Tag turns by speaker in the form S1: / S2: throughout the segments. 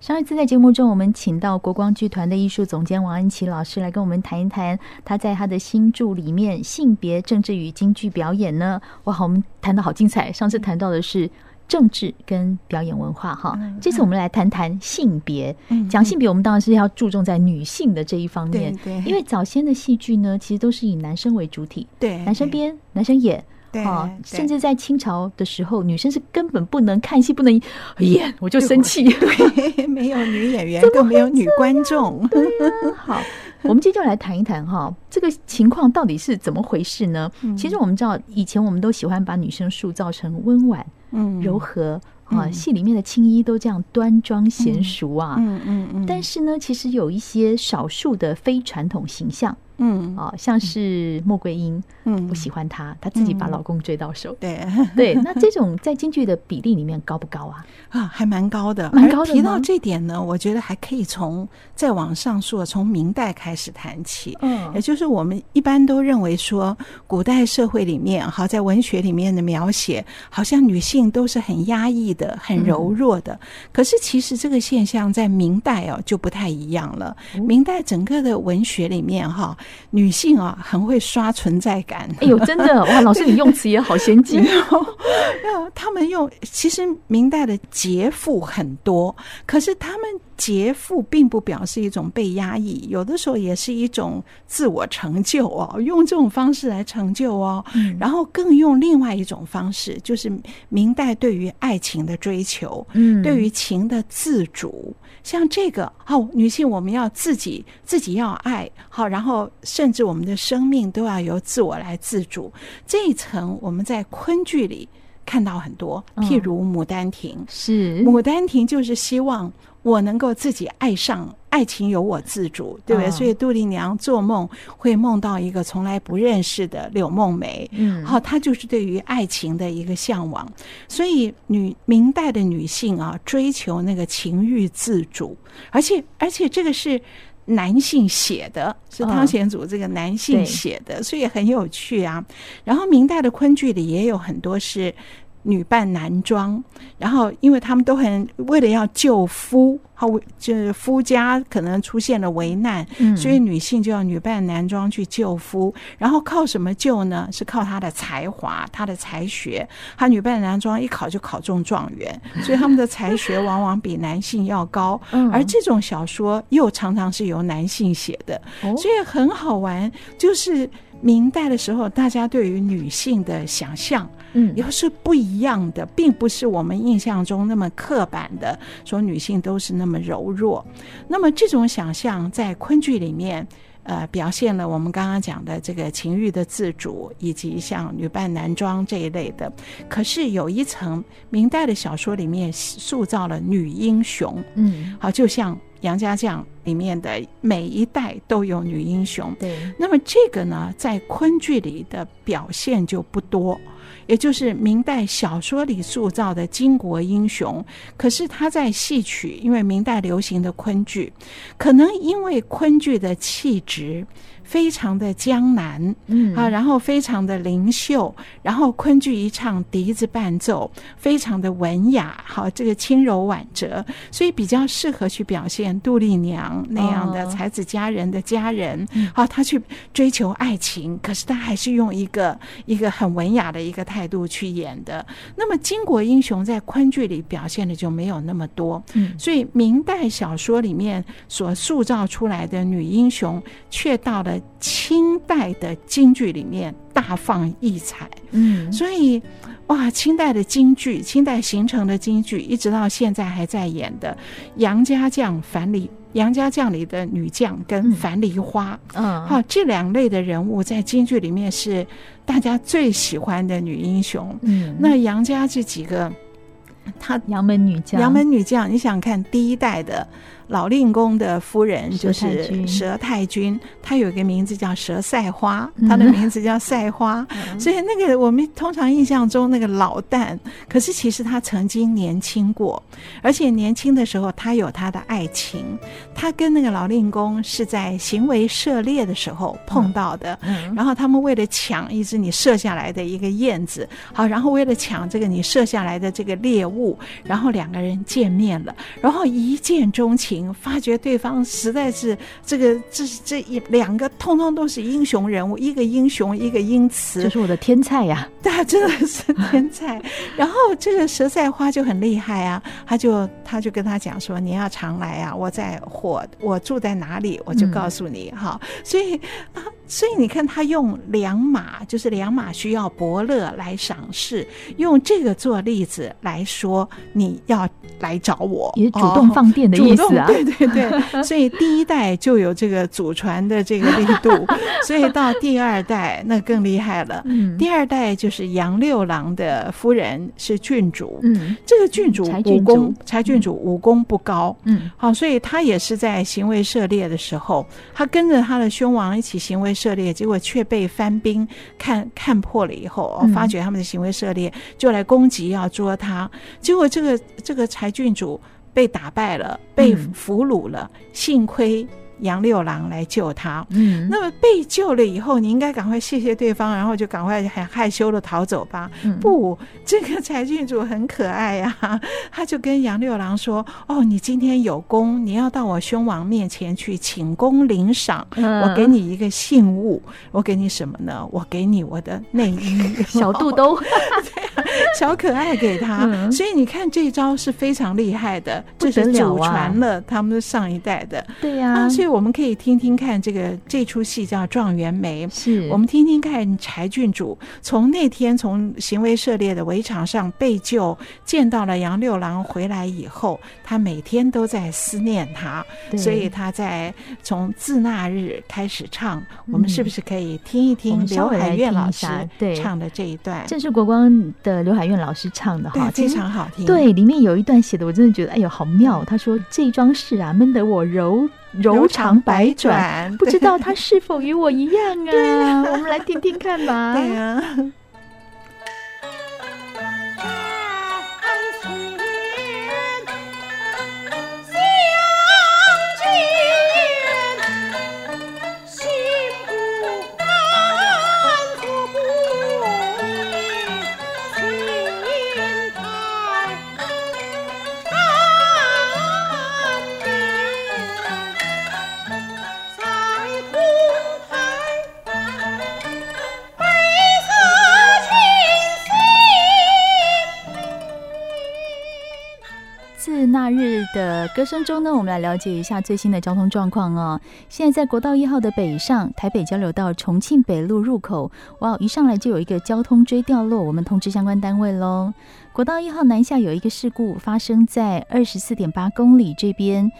S1: 上一次在节目中，我们请到国光剧团的艺术总监王安琪老师来跟我们谈一谈他在他的新著里面性别、政治与京剧表演呢。哇，我们谈的好精彩！上次谈到的是政治跟表演文化哈，
S2: 嗯
S1: 这次我们来谈谈性别。讲性别，我们当然是要注重在女性的这一方面，
S2: 对对
S1: 因为早先的戏剧呢，其实都是以男生为主体，
S2: 对，
S1: 男生编，男生演。
S2: 对，
S1: 啊，
S2: 对
S1: 甚至在清朝的时候，女生是根本不能看戏，不能演， 我就生气。
S2: 对 没有女演员，更没有女观众。
S1: 好， 我们接着来谈一谈哈，这个情况到底是怎么回事呢？
S2: 嗯
S1: 其实我们知道，以前我们都喜欢把女生塑造成温婉、
S2: 嗯
S1: 柔和啊，
S2: 嗯
S1: 戏里面的青衣都这样端庄娴熟啊。
S2: 嗯嗯嗯，
S1: 但是呢，其实有一些少数的非传统形象
S2: 嗯
S1: 啊，像是穆桂英，
S2: 嗯
S1: 我喜欢她，她自己把老公追到手。
S2: 对
S1: 对，那这种在京剧的比例里面高不高啊？
S2: 啊，还蛮高的。
S1: 蛮高的
S2: 而提到
S1: 吗
S2: 这点呢，我觉得还可以从再往上说，从明代开始谈起。也
S1: 嗯
S2: 就是我们一般都认为说，古代社会里面，好在文学里面的描写，好像女性都是很压抑的、很柔弱的。可是其实这个现象在明代哦就不太一样了。明代整个的文学里面哈、女性啊很会刷存在感。
S1: 哎呦，真的哇，老师你用词也好先 进。
S2: 那他们用，其实明代的劫富很多，可是他们劫富并不表示一种被压抑，有的时候也是一种自我成就哦，用这种方式来成就哦，然后更用另外一种方式，就是明代对于爱情的追求，
S1: 嗯
S2: 对于情的自主，像这个哦，女性我们要自己自己要爱好，然后甚至我们的生命都要由自我来自主。这一层我们在昆剧里看到很多，
S1: 嗯
S2: 譬如《牡丹亭》
S1: 是
S2: 牡丹亭》就是希望我能够自己爱上。爱情由我自主，对不对？
S1: 嗯
S2: 所以杜丽娘做梦会梦到一个从来不认识的柳梦梅，
S1: 嗯
S2: 好、她啊就是对于爱情的一个向往。所以女明代的女性啊，追求那个情欲自主，而且而且这个是男性写的，是
S1: 嗯
S2: 汤显祖这个男性
S1: 对
S2: 写的，所以很有趣啊。然后明代的昆剧里也有很多是。女扮男装，然后因为他们都很为了要救夫，好，就是夫家可能出现了危难，
S1: 嗯
S2: 所以女性就要女扮男装去救夫。然后靠什么救呢？是靠她的才华、她的才学。她女扮男装一考就考中状元，所以他们的才学往往比男性要高。
S1: 嗯
S2: 而这种小说又常常是由男性写的，
S1: 哦
S2: 所以很好玩。就是明代的时候，大家对于女性的想象。
S1: 嗯
S2: 又是不一样的，并不是我们印象中那么刻板的说女性都是那么柔弱。那么这种想象在昆剧里面，呃，表现了我们刚刚讲的这个情欲的自主，以及像女扮男装这一类的。可是有一层，明代的小说里面塑造了女英雄，
S1: 嗯，
S2: 好，就像杨家将里面的每一代都有女英雄。
S1: 对，
S2: 那么这个呢，在昆剧里的表现就不多，也就是明代小说里塑造的巾帼英雄。可是他在戏曲，因为明代流行的昆剧，可能因为昆剧的气质。非常的江南，
S1: 嗯
S2: 啊，然后非常的灵秀，然后昆剧一唱，笛子伴奏，非常的文雅，好，这个轻柔婉折，所以比较适合去表现杜丽娘那样的
S1: 哦嗯
S2: 才子佳人的佳人，好、她去追求爱情，可是她还是用一个一个很文雅的一个态度去演的。那么巾帼英雄在昆剧里表现的就没有那么多，
S1: 嗯
S2: 所以明代小说里面所塑造出来的女英雄，却到了清代的京剧里面大放异彩。
S1: 嗯，
S2: 所以，哇，清代的京剧，清代形成的京剧，一直到现在还在演的《杨家将》《樊梨》。杨家将里的女将跟
S1: 嗯
S2: 樊梨花，
S1: 嗯
S2: 好、这两类的人物在京剧里面是大家最喜欢的女英雄。
S1: 嗯，
S2: 那杨家这几个，她
S1: 杨门女将，
S2: 杨门女将，你想看第一代的老令公的夫人就
S1: 佘太
S2: 是
S1: 君
S2: 佘太君，她有一个名字叫佘赛花
S1: 嗯，
S2: 她的名字叫赛花，所以那个我们通常印象中那个老旦，可是其实她曾经年轻过，而且年轻的时候她有她的爱情，她跟那个老令公是在行为涉猎的时候碰到的，
S1: 嗯，
S2: 然后他们为了抢一只你射下来的一个燕子，好，然后为了抢这个你射下来的这个猎物，然后两个人见面了，然后一见钟情，发觉对方实在是这个这这一两个通通都是英雄人物，一个英雄，一个英
S1: 这
S2: 雌，
S1: 是我的天菜呀，
S2: 他真的是天才。 然后这个佘赛花就很厉害啊，他就他就跟他讲说，你要常来啊，我在火，我住在哪里，我就
S1: 嗯
S2: 告诉你哈、所以啊，所以你看他用良马，就是良马需要伯乐来赏识，用这个做例子来说，你要来找我，
S1: 也主动
S2: 哦
S1: 放电的意
S2: 主
S1: 思
S2: 动
S1: 啊，
S2: 对对 对，所以第一代就有这个祖传的这个力度，所以到第二代那更厉害了。
S1: 嗯
S2: 第二代就是杨六郎的夫人是郡主，
S1: 嗯
S2: 这个郡主
S1: 柴
S2: 武
S1: 郡主
S2: 功柴郡主武功不高，
S1: 嗯
S2: 好，所以她也是在行为涉猎的时候，她跟着她的兄王一起行为涉猎，结果却被番兵看看破了以后，哦
S1: 嗯
S2: 发觉他们的行为涉猎，就来攻击要捉她，结果这个这个柴郡主被打败了，被
S1: 嗯
S2: 俘虏了，幸亏杨六郎来救她，
S1: 嗯，
S2: 那么被救了以后，你应该赶快谢谢对方，然后就赶快很害羞的逃走吧。
S1: 嗯，
S2: 不，这个柴郡主很可爱呀、 他就跟杨六郎说：“哦，你今天有功，你要到我兄王面前去请功领赏。
S1: 嗯
S2: 我给你一个信物，我给你什么呢？我给你我的内 衣，
S1: 小肚兜，
S2: 小可爱给他。
S1: 嗯
S2: 所以你看这一招是非常厉害的，这是
S1: 不得了
S2: 祖
S1: 啊嗯
S2: 传了他们上一代的
S1: 对呀
S2: 啊。，所以我们可以听听看这个这出戏叫《状元媒》。
S1: 是
S2: 我们听听看柴郡主从那天从行为涉猎的围场上被救，见到了杨六郎回来以后，她每天都在思念他，
S1: 对
S2: 所以她在从自那日开始唱。我们是不是可以听
S1: 嗯
S2: 一
S1: 我
S2: 听
S1: 们稍
S2: 刘
S1: 微来
S2: 海
S1: 听
S2: 燕
S1: 一
S2: 老师
S1: 下对
S2: 唱的这一段？
S1: 这是国光的刘海苑老师唱的哈，
S2: 对，非
S1: 其实
S2: 常好听。
S1: 对，里面有一段写的，我真的觉得，哎呦，好妙！他说：“这桩事啊，闷得我柔柔肠百转，
S2: 转
S1: 不知道他是否与我一样啊？我们来听听看吧。
S2: 对对啊。
S1: 自那日的歌声中呢，我们来了解一下最新的交通状况哦。现在在国道一号的北上，台北交流道重庆北路入口，哇哦，一上来就有一个交通锥掉落，我们通知相关单位喽。国道一号南下有一个事故发生在二十四点八公里这边。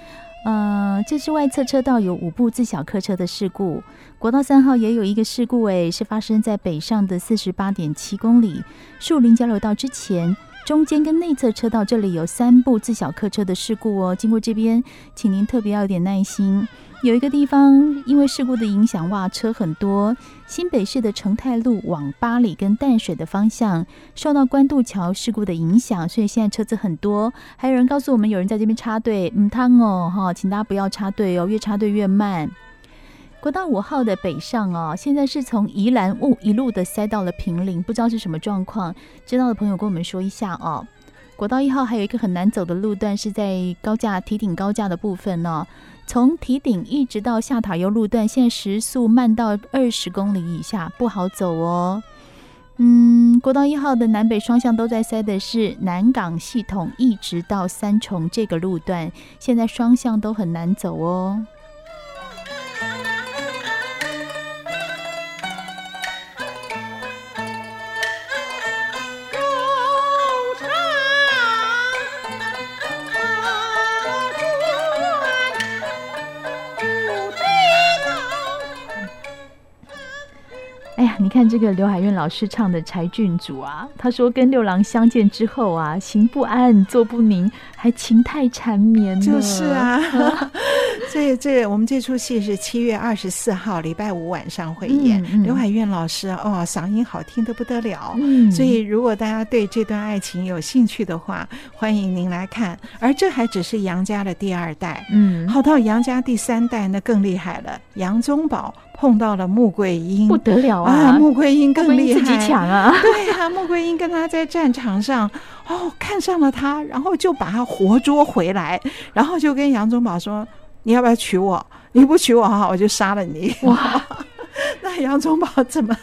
S1: 呃，这是外侧车道有五部自小客车的事故，国道三号也有一个事故，诶，是发生在北上的四十八点七公里树林交流道之前，中间跟内侧车道这里有三部自小客车的事故哦，经过这边，请您特别要有点耐心。有一个地方因为事故的影响，哇，车很多。新北市的成泰路往八里跟淡水的方向受到关渡桥事故的影响，所以现在车子很多。还有人告诉我们，有人在这边插队，嗯，汤哦，哈，请大家不要插队哦，越插队越慢。国道五号的北上哦，现在是从宜兰雾一路的塞到了平陵，不知道是什么状况，知道的朋友跟我们说一下哦。国道一号还有一个很难走的路段是在高架提顶高架的部分哦，从提顶一直到下塔悠路段，现在时速慢到二十公里以下，不好走哦。嗯，国道一号的南北双向都在塞的是南港系统，一直到三重这个路段，现在双向都很难走哦。哎呀，你看这个刘海燕老师唱的《柴郡主》啊，他说跟六郎相见之后啊，行不安，坐不宁，还情态缠绵呢。
S2: 就是， 啊，这这我们这出戏是七月二十四号礼拜五晚上会演
S1: 嗯，嗯
S2: 刘海燕老师哦，嗓音好听的不得了。
S1: 嗯，
S2: 所以，如果大家对这段爱情有兴趣的话，欢迎您来看。而这还只是杨家的第二代，
S1: 嗯，
S2: 好到杨家第三代那更厉害了，杨宗保碰到了穆桂英
S1: 不得了啊，
S2: 穆桂英
S1: 不
S2: 更
S1: 能
S2: 厉害，
S1: 自己抢啊，
S2: 对呀、穆桂英跟他在战场上哦看上了他，然后就把他活捉回来，然后就跟杨宗保说：“你要不要娶我？你不娶我哈，我就杀了你。”
S1: 哇，
S2: 那杨宗保怎么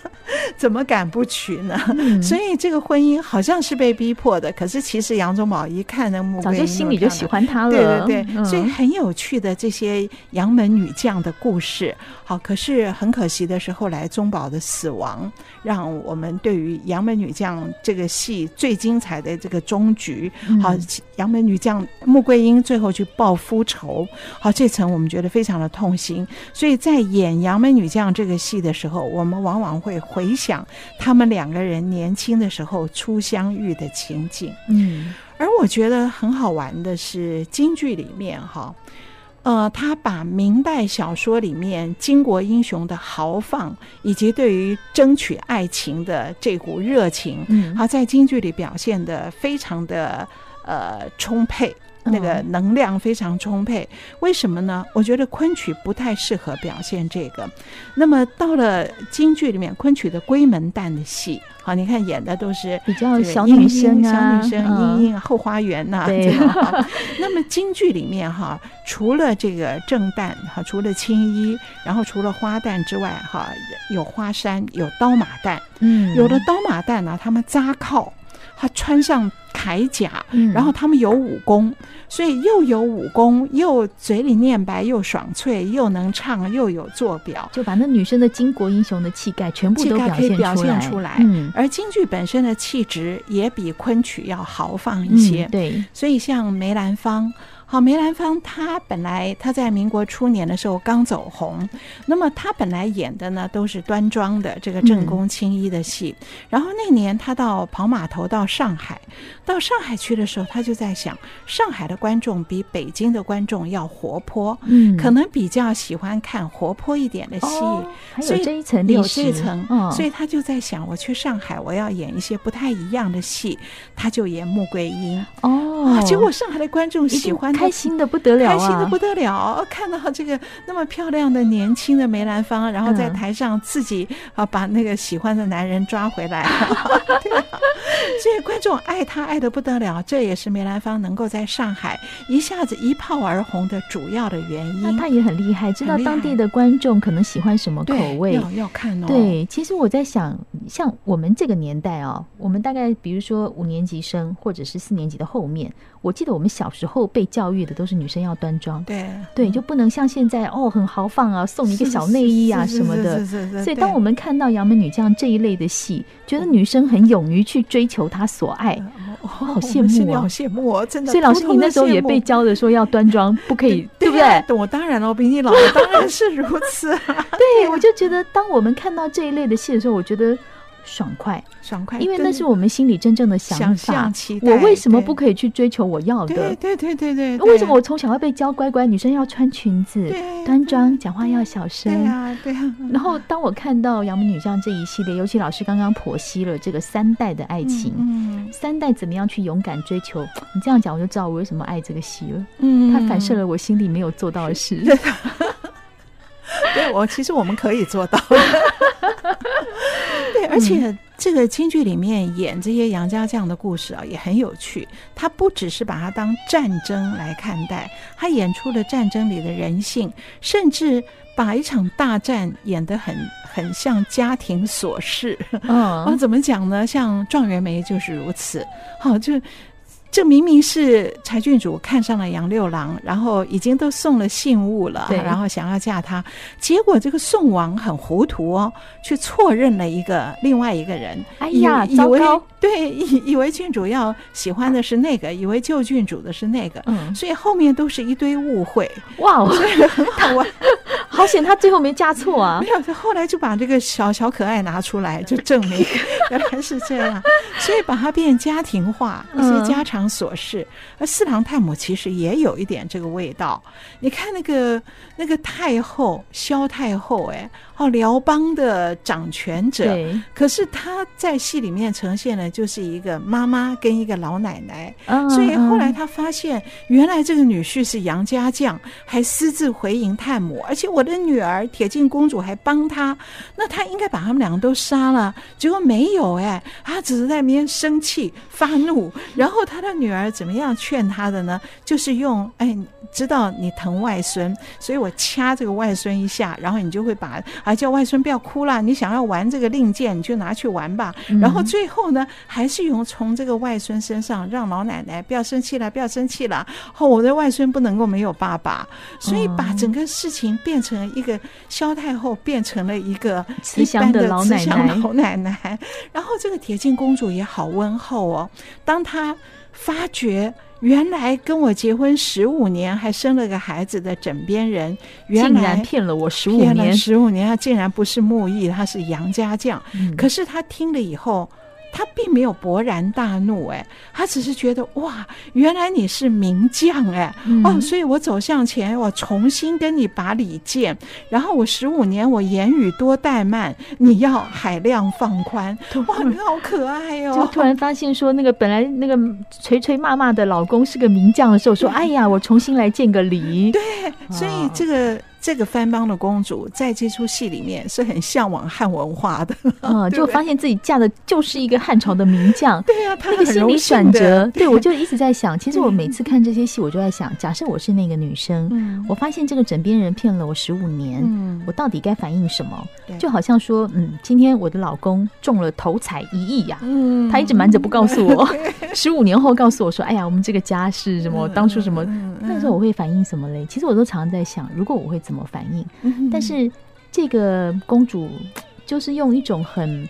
S2: 怎么敢不娶呢？
S1: 嗯
S2: 所以这个婚姻好像是被逼迫的，可是其实杨宗保一看那穆
S1: 早
S2: 桂英，
S1: 就心里就喜。欢他
S2: 对
S1: 了。
S2: 对对，
S1: 嗯
S2: 所以很有趣的这些杨门女将的故事。好，可是很可惜的是，后来宗保的死亡，让我们对于杨门女将这个戏最精彩的这个终局。
S1: 嗯
S2: 好，杨门女将穆桂英最后去报夫仇，好，这层我们觉得非常的痛心。所以在演杨门女将这个戏的时候，我们往往会回想他们两个人年轻的时候初相遇的情景。
S1: 嗯
S2: 而我觉得很好玩的是京剧里面哈，呃，他把明代小说里面巾帼英雄的豪放，以及对于争取爱情的这股热情，
S1: 嗯，
S2: 好在京剧里表现的非常的呃充沛。
S1: 嗯
S2: 那个能量非常充沛，为什么呢？我觉得昆曲不太适合表现这个。那么到了京剧里面，昆曲的闺门旦的戏，好，你看演的都是
S1: 比较
S2: 这个
S1: 小
S2: 莺
S1: 女
S2: 莺
S1: 生啊，
S2: 小女生、
S1: 嗯
S2: 莺莺啊后花园呐、
S1: 对
S2: 这种哈 那么京剧里面哈，除了这个正旦哈，除了青衣，然后除了花旦之外哈，有花衫，有刀马旦，
S1: 嗯，
S2: 有的刀马旦呢、他们扎靠，他穿上铠甲，
S1: 嗯，
S2: 然后他们有武功，所以又有武功，又嘴里念白，又爽脆，又能唱，又有做表。
S1: 就把那女生的巾帼英雄的气概全部
S2: 气
S1: 都
S2: 概
S1: 表
S2: 可以
S1: 现
S2: 表
S1: 出
S2: 现
S1: 来，
S2: 出来
S1: 嗯
S2: 而京剧本身的气质也比昆曲要豪放一些，
S1: 嗯对，
S2: 所以像梅兰芳，好，梅兰芳她本来她在民国初年的时候刚走红，那么她本来演的呢都是端庄的这个正宫青衣的戏，然后那年她到跑码头到上海，到上海去的时候，她就在想，上海的观众比北京的观众要活泼，
S1: 嗯，
S2: 可能比较喜欢看活泼一点的戏。
S1: 哦还
S2: 所
S1: 有
S2: 以
S1: 这一层历
S2: 有
S1: 史，
S2: 这一层，
S1: 嗯，
S2: 所以他就在想，我去上海，我要演一些不太一样的戏，他就演穆桂英。
S1: 哦
S2: 啊，，结果上海的观众
S1: 一定
S2: 喜欢
S1: 开
S2: 的。
S1: 心的不得了、啊，
S2: 开心的不得了，哦看到这个那么漂亮的年轻的梅兰芳，然后在
S1: 嗯
S2: 台上自己啊把那个喜欢的男人抓 回来， 对啊所以观众爱她爱的不得了，这也是梅兰芳能够在上海一下子一炮而红的主要的原
S1: 那
S2: 因。
S1: 他也很厉害，知道
S2: 很厉害
S1: 当地的观众可能喜欢什么口
S2: 对
S1: 味。
S2: 要要看哦，
S1: 对，其实我在想，像我们这个年代哦，我们大概比如说五年级生或者是四年级的后面，我记得我们小时候被教育的都是女生要端庄，
S2: 对嗯
S1: 对，就不能像现在哦很豪放啊，送你一个小内衣啊
S2: 是
S1: 什么的。
S2: 是是是是是
S1: 所以，
S2: 对
S1: 当我们看到杨门女将这一类的戏，觉得女生很勇于去追求她所爱。
S2: 我
S1: 好
S2: 我
S1: 羡
S2: 们心
S1: 慕
S2: 里
S1: 啊
S2: 好羡慕哦，真的。
S1: 所以，老师
S2: 偷偷
S1: 你
S2: 地
S1: 那时候
S2: 羡
S1: 也
S2: 慕
S1: 被教的说要端庄，不可以，对不
S2: 哎呀
S1: 对？
S2: 我当然了，我 比你老，我当然是如此啊，
S1: 对，我就觉得当我们看到这一类的戏的时候，我觉得爽快，
S2: 爽快，
S1: 因为那
S2: 真
S1: 是我们心里真正的想
S2: 哎想
S1: 法
S2: 象。期待。
S1: 我为什么不
S2: 对
S1: 可以去追求我要的？
S2: 对对对对对，
S1: 为什么我从小要被教乖乖，女生要穿裙子
S2: 对、
S1: 端庄，讲话要小
S2: 对
S1: 声？
S2: 呀对呀？
S1: 然后，当我看到杨门女将这一系列，尤其老师刚刚剖析了这个三代的爱情，
S2: 嗯
S1: 三代怎么样去勇敢追求？你这样讲，我就知道我为什么爱这个戏了。
S2: 嗯
S1: 它反射了我心里没有做到的事。
S2: 对我其实我们可以做到。对，而且这个京剧里面演这些杨家将的故事啊，也很有趣。他不只是把它当战争来看待，他演出了战争里的人性，甚至把一场大战演得很很像家庭琐事。 啊，
S1: 嗯，
S2: 怎么讲呢？像状元梅就是如此，好、就。这明明是柴郡主看上了杨六郎，然后已经都送了信物了，
S1: 对
S2: 然后想要嫁他，结果这个宋王很糊涂哦，去错认了一个另外一个人，
S1: 哎
S2: 以
S1: 呀，
S2: 以
S1: 糟
S2: 为
S1: 糕，
S2: 对，以以为郡主要喜欢的是那个，以为旧郡主的是那个，
S1: 嗯，
S2: 所以后面都是一堆误 会，
S1: 哇哦，
S2: 所以很好玩。
S1: 好险他最后没嫁错啊
S2: 没，有，后来就把这个小小可爱拿出来，就证 明原来是这样，所以把它变家庭化，一
S1: 嗯
S2: 些家常琐事。而四郎探母其实也有一点这个味道。你看那个那个太后萧太后，哎，哦，辽邦的掌权者，
S1: 对，
S2: 可是她在戏里面呈现的就是一个妈妈跟一个老奶奶，
S1: 嗯
S2: 所以后来
S1: 嗯
S2: 他发现，原来这个女婿是杨家将，还私自回营探母，而且我的女儿铁镜公主还帮他，那他应该把他们两个都杀了，结果没有哎、他只是在那边生气发怒，然后他的女儿怎么样劝他的呢？就是用哎，你知道你疼外孙，所以我掐这个外孙一下，然后你就会把啊叫外孙不要哭啦，你想要玩这个令箭，你就拿去玩吧，
S1: 嗯
S2: 然后最后呢，还是用从这个外孙身上让老奶奶不要生气了，不要生气了。哦，我的外孙不能够没有爸爸，所以把
S1: 哦
S2: 整个事情变成一个萧太后变成了一个
S1: 慈
S2: 一
S1: 祥
S2: 般
S1: 的
S2: 的
S1: 老
S2: 慈
S1: 奶
S2: 祥
S1: 奶
S2: 老奶奶。然后这个铁镜公主也好温厚哦，当她发觉。原来跟我结婚十五年，还生了个孩子的枕边人，原
S1: 竟
S2: 来
S1: 然骗了我十五年，
S2: 十五年，他竟然不是木易，他是杨家将。
S1: 嗯
S2: 可是他听了以后，他并没有勃然大怒，哎，他只是觉得哇，原来你是名将，哎，
S1: 嗯
S2: 哦，所以我走向前，我重新跟你把礼见，然后我十五年我言语多怠慢，你要海量放宽，哇，你好可爱哦，
S1: 就突然发现说，那个本来那个捶捶骂骂的老公是个名将的时候，说：“哎呀，我重新来见个 礼。”对，
S2: 所以
S1: 哦
S2: 这个这个番邦的公主在这出戏里面是很向往汉文化的，
S1: 嗯，
S2: 对
S1: 就
S2: 不对
S1: 发现自己嫁的就是一个汉朝的名将。
S2: 对呀、啊，她
S1: 那个
S2: 很
S1: 心
S2: 荣
S1: 理
S2: 幸
S1: 转
S2: 的
S1: 折，对我就一直在想，其实我每次看这些戏，我就在想，假设我是那个女生，
S2: 嗯
S1: 我发现这个枕边人骗了我十五年，
S2: 嗯
S1: 我到底该反应什么
S2: 对？
S1: 就好像说，嗯，今天我的老公中了头彩一亿呀、
S2: 嗯
S1: 他一直瞒着不告诉 我，十五年后告诉我说：“哎呀，我们这个家是什
S2: 嗯
S1: 么？当初什么？”那时候我会反应什么嘞？其实我都常常在想，如果我会怎么反应？
S2: 嗯
S1: 但是这个公主就是用一种很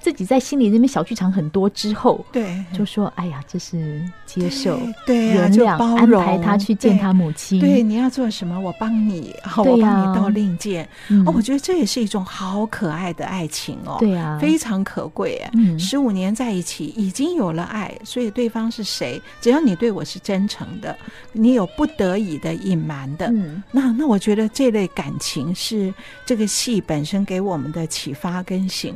S1: 自己在心里那边小剧场很多之后，
S2: 对，
S1: 就说：“哎呀，这是接受、
S2: 嗯对呀、
S1: 原
S2: 就
S1: 谅，
S2: 包
S1: 安
S2: 容
S1: 排她去见
S2: 对
S1: 她母亲。”
S2: 对，，你要做什么，我帮你，好，我
S1: 对
S2: 帮
S1: 呀
S2: 你到令箭。
S1: 嗯
S2: 哦，我觉得这也是一种好可爱的爱情哦，
S1: 对啊，
S2: 非常可贵哎。
S1: 嗯
S2: 十五年在一起，已经有了爱，所以对方是谁，只要你对我是真诚的，你有不得已的、隐瞒的，
S1: 嗯
S2: 那那我觉得这类感情是这个戏本身给我们的启发跟醒，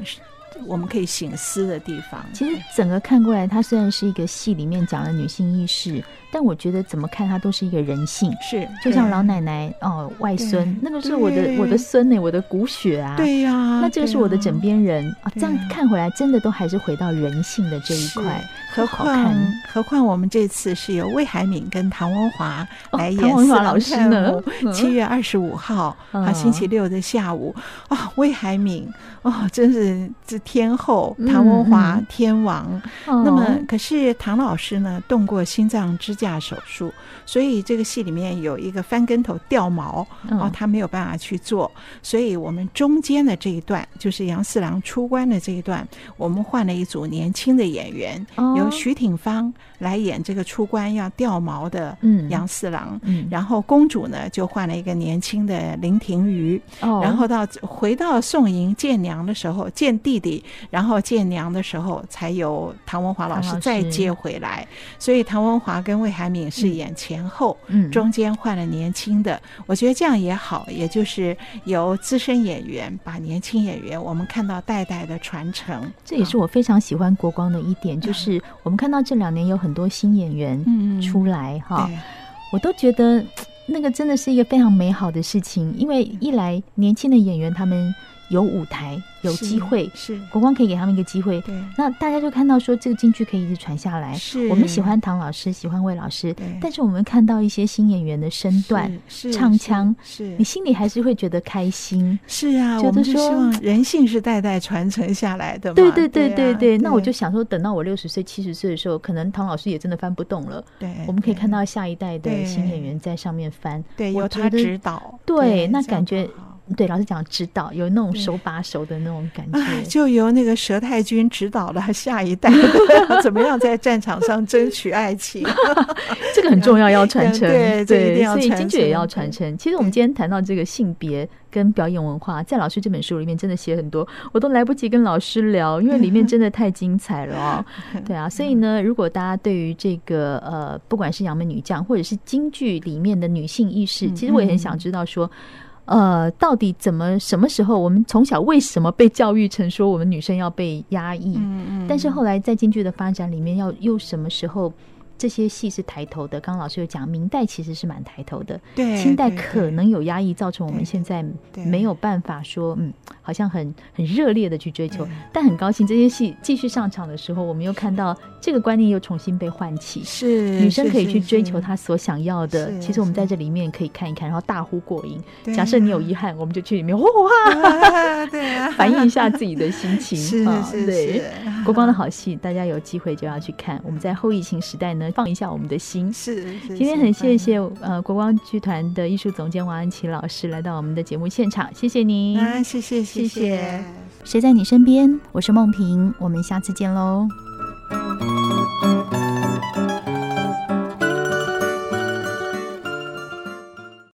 S2: 我们可以醒思的地方。
S1: 其实整个看过来，它虽然是一个戏里面讲了女性意识，但我觉得怎么看它都是一个人性。
S2: 是，
S1: 就像
S2: 对啊
S1: 老奶奶哦，外孙
S2: 对
S1: 那个是我的
S2: 对
S1: 我的孙呢、我的骨血啊。
S2: 对呀、
S1: 那这个是我的
S2: 对呀
S1: 枕边人啊，这
S2: 对
S1: 样
S2: 啊
S1: 看回来，真的都还是回到人性的这一
S2: 是
S1: 块，
S2: 何
S1: 好
S2: 况
S1: 看
S2: 何况我们这次是由魏海敏跟唐文华
S1: 哦
S2: 来演、
S1: 唐文华老师呢嗯
S2: 七月二十五号、啊，
S1: 嗯
S2: 星期六的下午啊、魏海敏哦，真是这天后，
S1: 嗯
S2: 唐文华、
S1: 嗯
S2: 天王。
S1: 哦
S2: 那么，可是唐老师呢，动过心脏支架手术，所以这个戏里面有一个翻跟头掉毛，哦
S1: 嗯，
S2: 他没有办法去做，所以我们中间的这一段，就是杨四郎出关的这一段，我们换了一组年轻的演员，
S1: 哦
S2: 由徐挺芳来演这个出关要掉毛的
S1: 嗯
S2: 杨四郎，
S1: 嗯，
S2: 然后公主呢就换了一个年轻的林庭瑜，
S1: 哦
S2: 然后到回到宋营见娘的时候，见弟弟，然后见娘的时候，才由唐文华老
S1: 唐
S2: 师
S1: 老师
S2: 再接回来。所以唐文华跟魏海敏是演前后，
S1: 嗯
S2: 中间换了年轻的，我觉得这样也好，也就是由资深演员把年轻演员，我们看到代代的传承。
S1: 这也是我非常喜欢国光的一点，就是我们看到这两年有很多新演员
S2: 嗯嗯
S1: 出来哈，
S2: 对
S1: 我都觉得那个真的是一个非常美好的事情，因为
S2: 嗯
S1: 一来年轻的演员他们有舞台，有
S2: 是
S1: 机会，
S2: 是，
S1: 国光可以给他们一个机会。
S2: 对，
S1: 那大家就看到说这个京剧可以一直传下来，
S2: 是
S1: 我们喜欢唐老师，喜欢魏老师
S2: 嗯对，
S1: 但是我们看到一些新演员的身段，
S2: 是
S1: 唱
S2: 是
S1: 腔
S2: 是
S1: 你心里还是会觉得开心。
S2: 是啊，
S1: 觉
S2: 我
S1: 得
S2: 们是希
S1: 说
S2: 望人性是代代传承下来的嘛。
S1: 对对对
S2: 对
S1: 对
S2: 啊
S1: 对，那我就想说，等到我六十岁、七十岁的时候，可能唐老师也真的翻不动了，
S2: 对，
S1: 我们可以
S2: 对
S1: 看到下一代的
S2: 对
S1: 新演员在上面翻。
S2: 对
S1: 我
S2: 有
S1: 觉
S2: 他
S1: 得
S2: 指导，
S1: 对，那
S2: 这样
S1: 感觉
S2: 很好
S1: 对，老师讲指导，有那种
S2: 对
S1: 手把手的那种感
S2: 哎，
S1: 觉。
S2: 就由那个佘太君指导了下 一代 的怎么样在战场上争取爱情。
S1: 这个很重要，要传承。
S2: 对这一定要
S1: 所以
S2: 传
S1: 京剧也
S2: 承
S1: 要
S2: 对
S1: 传承。其实我们
S2: 对
S1: 今天谈到这个性别跟表演文化，在老师这本书里面真的写很多，我都来不及跟老师聊，因为里面真的太精彩了 哦。 对啊，所以呢，如果大家对于这个呃，不管是杨门女将，或者是京剧里面的女性意
S2: 嗯
S1: 识，其实我也很想知道说。呃，到底怎么什么时候，我们从小为什么被教育成说我们女生要被压抑？
S2: 嗯
S1: 但是后来在京剧的发展里面，要又什么时候这些戏是抬头的？刚刚老师有讲，明代其实是蛮抬头的，
S2: 对
S1: 清代
S2: 对
S1: 可
S2: 对
S1: 能有压抑，造成我
S2: 对
S1: 们
S2: 对
S1: 现在
S2: 对
S1: 没有办法说，嗯，好像很很热烈的去追求。但很高兴这些戏继续上场的时候，我们又看到这个观念又重新被唤起。
S2: 是
S1: 女生可以去追
S2: 是
S1: 求她所想要的，
S2: 是
S1: 其实我们
S2: 是
S1: 在这里面可以看一看，然后大呼过瘾。
S2: 对
S1: 假设你有
S2: 啊
S1: 遗憾，我们就去里面 哇，
S2: 啊对啊，
S1: 反映一下自己的心情。
S2: 是
S1: 啊
S2: 是
S1: 对
S2: 是
S1: 国光的好戏，大家有机会就要去看。我们在后疫情时代呢，放一下我们的心。
S2: 是。是
S1: 今天
S2: 是嗯
S1: 很
S2: 欢
S1: 谢
S2: 迎
S1: 谢呃国光剧团的艺术总监王安琪老师来到我们的节目现场，谢谢您。
S2: 啊，谢谢
S1: 谢
S2: 谢
S1: 谢谁在你身边？我是梦萍，我们下次见喽。